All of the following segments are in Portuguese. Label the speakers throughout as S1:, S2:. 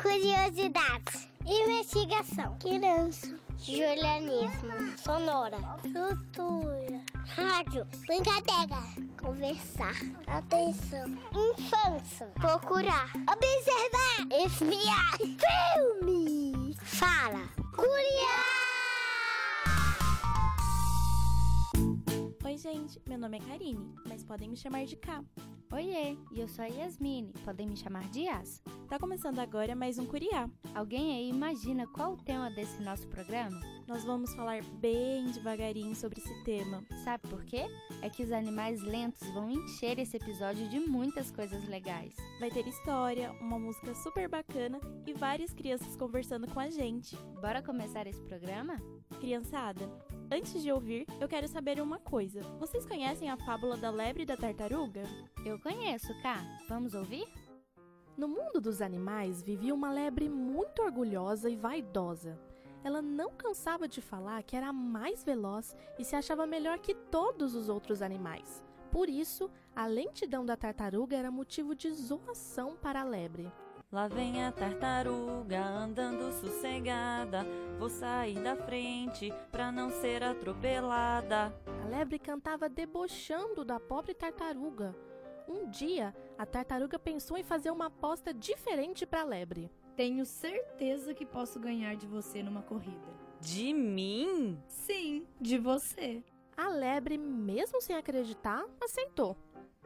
S1: Curiosidades. Investigação. Criança. Julianismo. Sonora. Cultura. Rádio. Brincadeira. Conversar. Atenção. Infância. Procurar. Observar. Espiar. Filme. Fala. Curiar.
S2: Oi, gente, meu nome é Karine, mas podem me chamar de K.
S3: Oiê, e eu sou a Yasmine, podem me chamar de Yas.
S2: Tá começando agora mais um Curiá.
S3: Alguém aí imagina qual o tema desse nosso programa?
S2: Nós vamos falar bem devagarinho sobre esse tema.
S3: Sabe por quê? É que os animais lentos vão encher esse episódio de muitas coisas legais.
S2: Vai ter história, uma música super bacana e várias crianças conversando com a gente.
S3: Bora começar esse programa?
S2: Criançada, antes de ouvir, eu quero saber uma coisa. Vocês conhecem a fábula da lebre e da tartaruga?
S3: Eu conheço, Ká. Vamos ouvir?
S4: No mundo dos animais vivia uma lebre muito orgulhosa e vaidosa. Ela não cansava de falar que era a mais veloz e se achava melhor que todos os outros animais. Por isso, a lentidão da tartaruga era motivo de zoação para a lebre.
S5: Lá vem a tartaruga andando sossegada. Vou sair da frente pra não ser atropelada.
S4: A lebre cantava debochando da pobre tartaruga. Um dia, a tartaruga pensou em fazer uma aposta diferente para a lebre.
S6: Tenho certeza que posso ganhar de você numa corrida.
S5: De mim?
S6: Sim, de você.
S4: A lebre, mesmo sem acreditar, aceitou.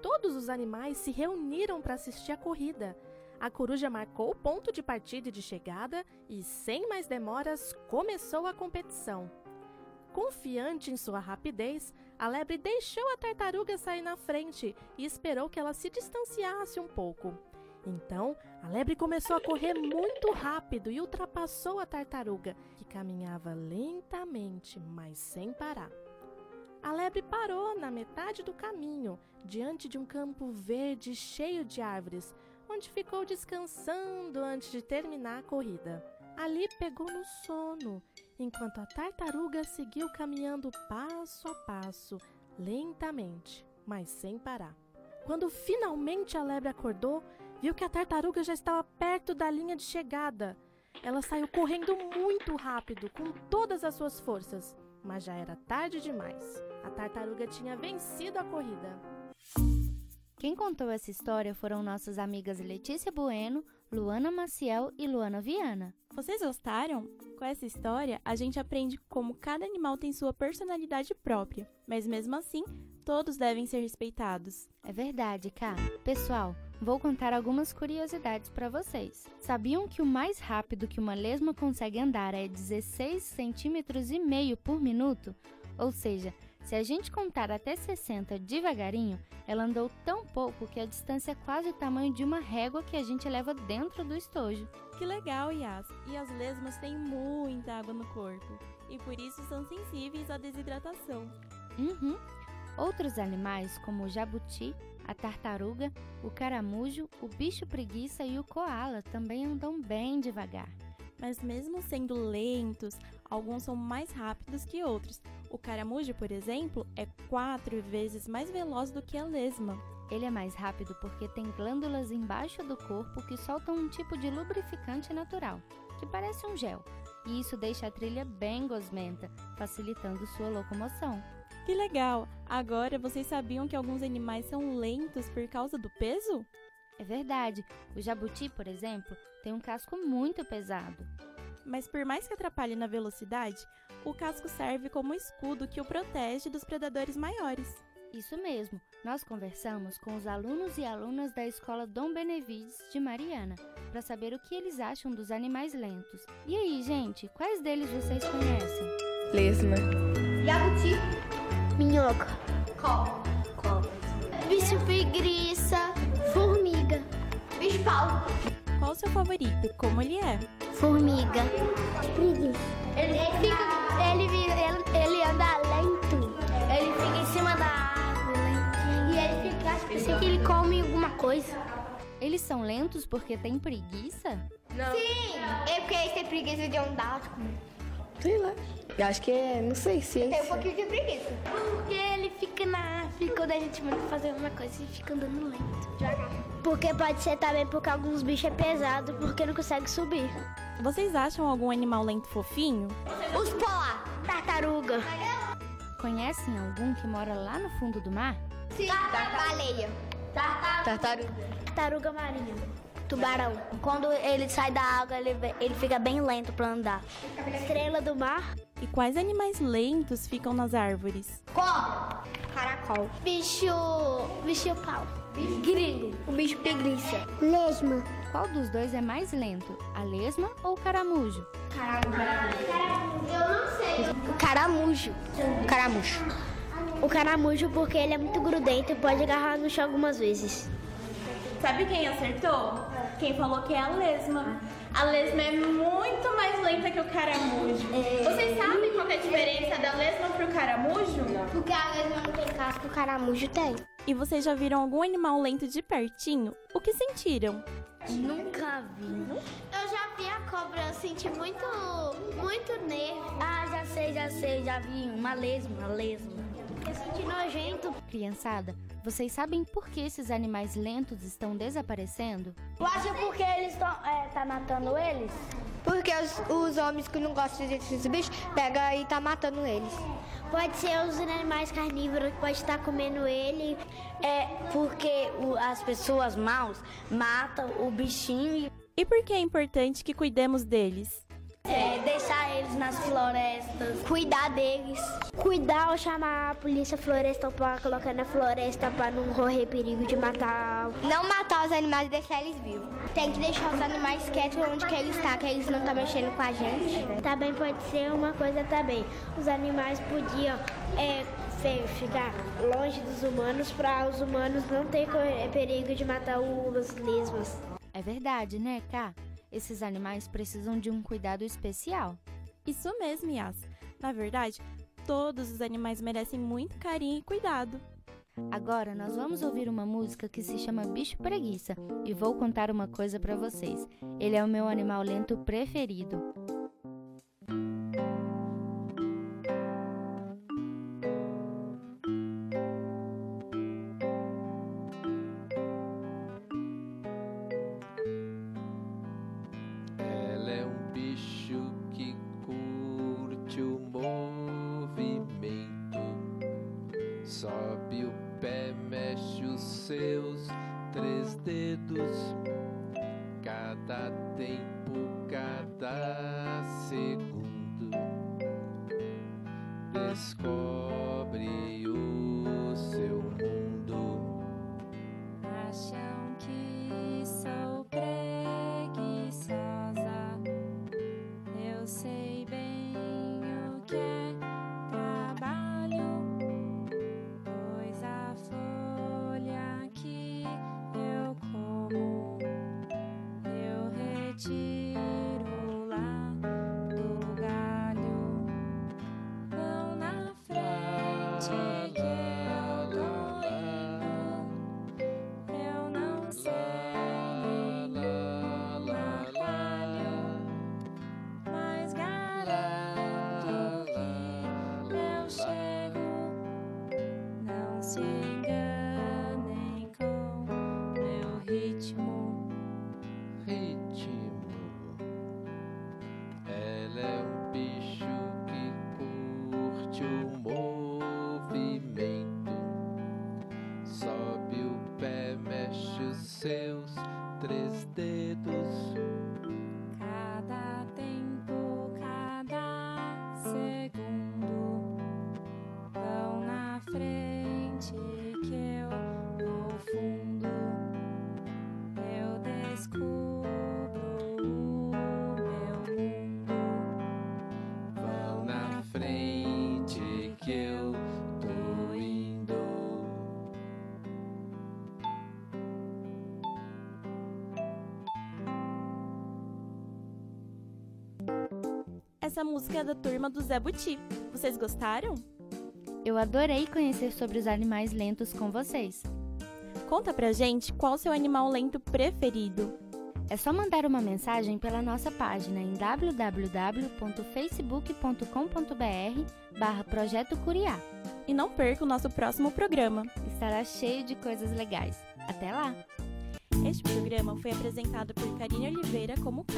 S4: Todos os animais se reuniram para assistir a corrida. A coruja marcou o ponto de partida e de chegada e, sem mais demoras, começou a competição. Confiante em sua rapidez, a lebre deixou a tartaruga sair na frente e esperou que ela se distanciasse um pouco. Então, a lebre começou a correr muito rápido e ultrapassou a tartaruga, que caminhava lentamente, mas sem parar. A lebre parou na metade do caminho, diante de um campo verde cheio de árvores, onde ficou descansando antes de terminar a corrida. Ali pegou no sono, enquanto a tartaruga seguiu caminhando passo a passo, lentamente, mas sem parar. Quando finalmente a lebre acordou, viu que a tartaruga já estava perto da linha de chegada. Ela saiu correndo muito rápido, com todas as suas forças, mas já era tarde demais. A tartaruga tinha vencido a corrida.
S3: Quem contou essa história foram nossas amigas Letícia Bueno, Luana Maciel e Luana Viana.
S2: Vocês gostaram? Com essa história, a gente aprende como cada animal tem sua personalidade própria, mas mesmo assim, todos devem ser respeitados.
S3: É verdade, Ká. Pessoal, vou contar algumas curiosidades para vocês. Sabiam que o mais rápido que uma lesma consegue andar é 16 centímetros e meio por minuto? Ou seja, se a gente contar até 60 devagarinho, ela andou tão pouco que a distância é quase o tamanho de uma régua que a gente leva dentro do estojo.
S2: Que legal, Yas! E as lesmas têm muita água no corpo e por isso são sensíveis à desidratação.
S3: Uhum. Outros animais, como o jabuti, a tartaruga, o caramujo, o bicho preguiça e o coala, também andam bem devagar.
S2: Mas mesmo sendo lentos, alguns são mais rápidos que outros. O caramujo, por exemplo, é quatro vezes mais veloz do que a lesma.
S3: Ele é mais rápido porque tem glândulas embaixo do corpo que soltam um tipo de lubrificante natural, que parece um gel. E isso deixa a trilha bem gosmenta, facilitando sua locomoção.
S2: Que legal! Agora vocês sabiam que alguns animais são lentos por causa do peso?
S3: É verdade, o jabuti, por exemplo, tem um casco muito pesado.
S2: Mas por mais que atrapalhe na velocidade, o casco serve como escudo que o protege dos predadores maiores.
S3: Isso mesmo, nós conversamos com os alunos e alunas da Escola Dom Benevides de Mariana para saber o que eles acham dos animais lentos. E aí, gente, quais deles vocês conhecem?
S7: Lesma.
S8: Yabuti,
S1: Minhoca.
S8: cobra,
S1: Bicho preguiça. Formiga.
S8: bicho pau,
S2: Qual o seu favorito? Como ele é?
S1: Formiga. Preguiça.
S8: ele
S1: Fica, ele, vi- ele, ele anda lento. Ele fica em cima da árvore. né? E ele fica, acho que eu sei que ele come alguma coisa.
S3: Eles são lentos porque têm preguiça?
S8: É porque eles têm preguiça de andar. tipo,
S6: Sei lá. Eu acho que é, não
S9: Tem
S6: sei,
S9: um
S6: ciência.
S9: pouquinho de preguiça.
S1: Porque ele fica na África quando a gente manda fazer uma coisa e fica andando lento. Porque pode ser também porque alguns bichos é pesado porque não consegue subir.
S10: Vocês acham algum animal lento fofinho?
S1: Os polar, tartaruga,
S3: Conhecem algum que mora lá no fundo do mar?
S9: Sim. Baleia.
S6: Tartaruga.
S1: tartaruga marinha, tubarão. Quando ele sai da água, ele, ele fica bem lento pra andar. Estrela do mar,
S10: E quais animais lentos ficam nas árvores?
S9: Cobra. Caracol.
S1: bicho, bicho pau, gringo, o bicho preguiça, lesma,
S3: Qual dos dois é mais lento, a lesma ou o caramujo?
S1: caramujo. Caramujo. O caramujo porque ele é muito grudento e pode agarrar no chão algumas vezes.
S4: Sabe quem acertou? Quem falou que é a lesma. A lesma é muito mais lenta que o caramujo. Vocês sabem qual que é a diferença da lesma pro caramujo?
S1: Porque a lesma não tem casco, o caramujo tem.
S10: E vocês já viram algum animal lento de pertinho? O que sentiram?
S1: Nunca vi. Eu já vi a cobra, eu senti muito, muito nervo. Ah, já sei, já sei, já vi uma lesma, lesma. Eu senti nojento.
S3: Criançada, vocês sabem por que esses animais lentos estão desaparecendo?
S1: Eu acho que porque eles estão, tá matando eles.
S6: Porque os, os homens que não gostam desses bichos pega e tá matando eles.
S1: Pode ser os animais carnívoros que pode estar comendo ele. É porque as pessoas maus matam o bichinho
S10: E por que é importante que cuidemos deles?
S1: É, deixar eles nas florestas, cuidar deles. Cuidar ou chamar a polícia florestal pra colocar na floresta pra não correr perigo de matar.
S9: Não matar os animais e deixar eles vivos. Tem que deixar os animais quietos onde que eles estão, que eles não estão mexendo com a gente.
S1: Também Tá pode ser uma coisa também. Os animais podiam é, fe- ficar longe dos humanos pra os humanos não ter co- é, perigo de matar os lesmas.
S3: É verdade, né, Ká? Esses animais precisam de um cuidado especial.
S10: Isso mesmo, Yas. Na verdade, todos os animais merecem muito carinho e cuidado.
S3: Agora nós vamos ouvir uma música que se chama Bicho Preguiça e vou contar uma coisa pra vocês. Ele é o meu animal lento preferido.
S11: Ela é um bicho que curte o movimento. Sobe o pé, mexe os seus três dedos. Cada tempo, cada segundo. Descobre o seu mundo.
S2: Acham que sou preguiçosa. Eu sei bem o que é trabalho, pois a folha que eu como eu retiro lá do galho. Vão na frente que eu tô indo. Eu não sei mas garanto que eu chego. Não se enganem com meu ritmo.
S11: ritmo. Ela é um bicho que curte o movimento. Sobe o pé, mexe os seus três dedos.
S2: Cada tempo, cada segundo, vão na frente que eu vou fundo. Eu descubro o meu mundo.
S11: Vão na frente que eu tô indo.
S10: Essa música é da turma do Zé Buti. Vocês gostaram?
S3: Eu adorei conhecer sobre os animais lentos com vocês.
S10: Conta pra gente qual o seu animal lento preferido.
S3: É só mandar uma mensagem pela nossa página em www.facebook.com.br barra Projeto Curiá.
S2: E não perca o nosso próximo programa.
S3: Estará cheio de coisas legais. Até lá!
S2: Este programa foi apresentado por Karine Oliveira como K.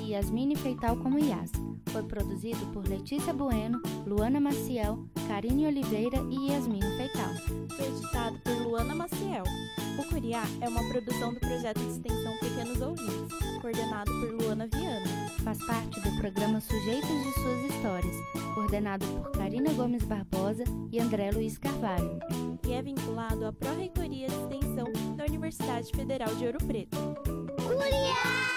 S3: E Yasmine Feital como Yas. Foi produzido por Letícia Bueno, Luana Maciel, Karine Oliveira e Yasmine Feital.
S2: Foi editado por Luana Maciel. O Curiá é uma produção do projeto de extensão Pequenos Ouvintes, coordenado por Luana Viana.
S3: Faz parte do programa Sujeitos de Suas Histórias, coordenado por Karina Gomes Barbosa e André Luiz Carvalho.
S2: E é vinculado à Pró-Reitoria de Extensão da Universidade Federal de Ouro Preto.
S8: Curiar!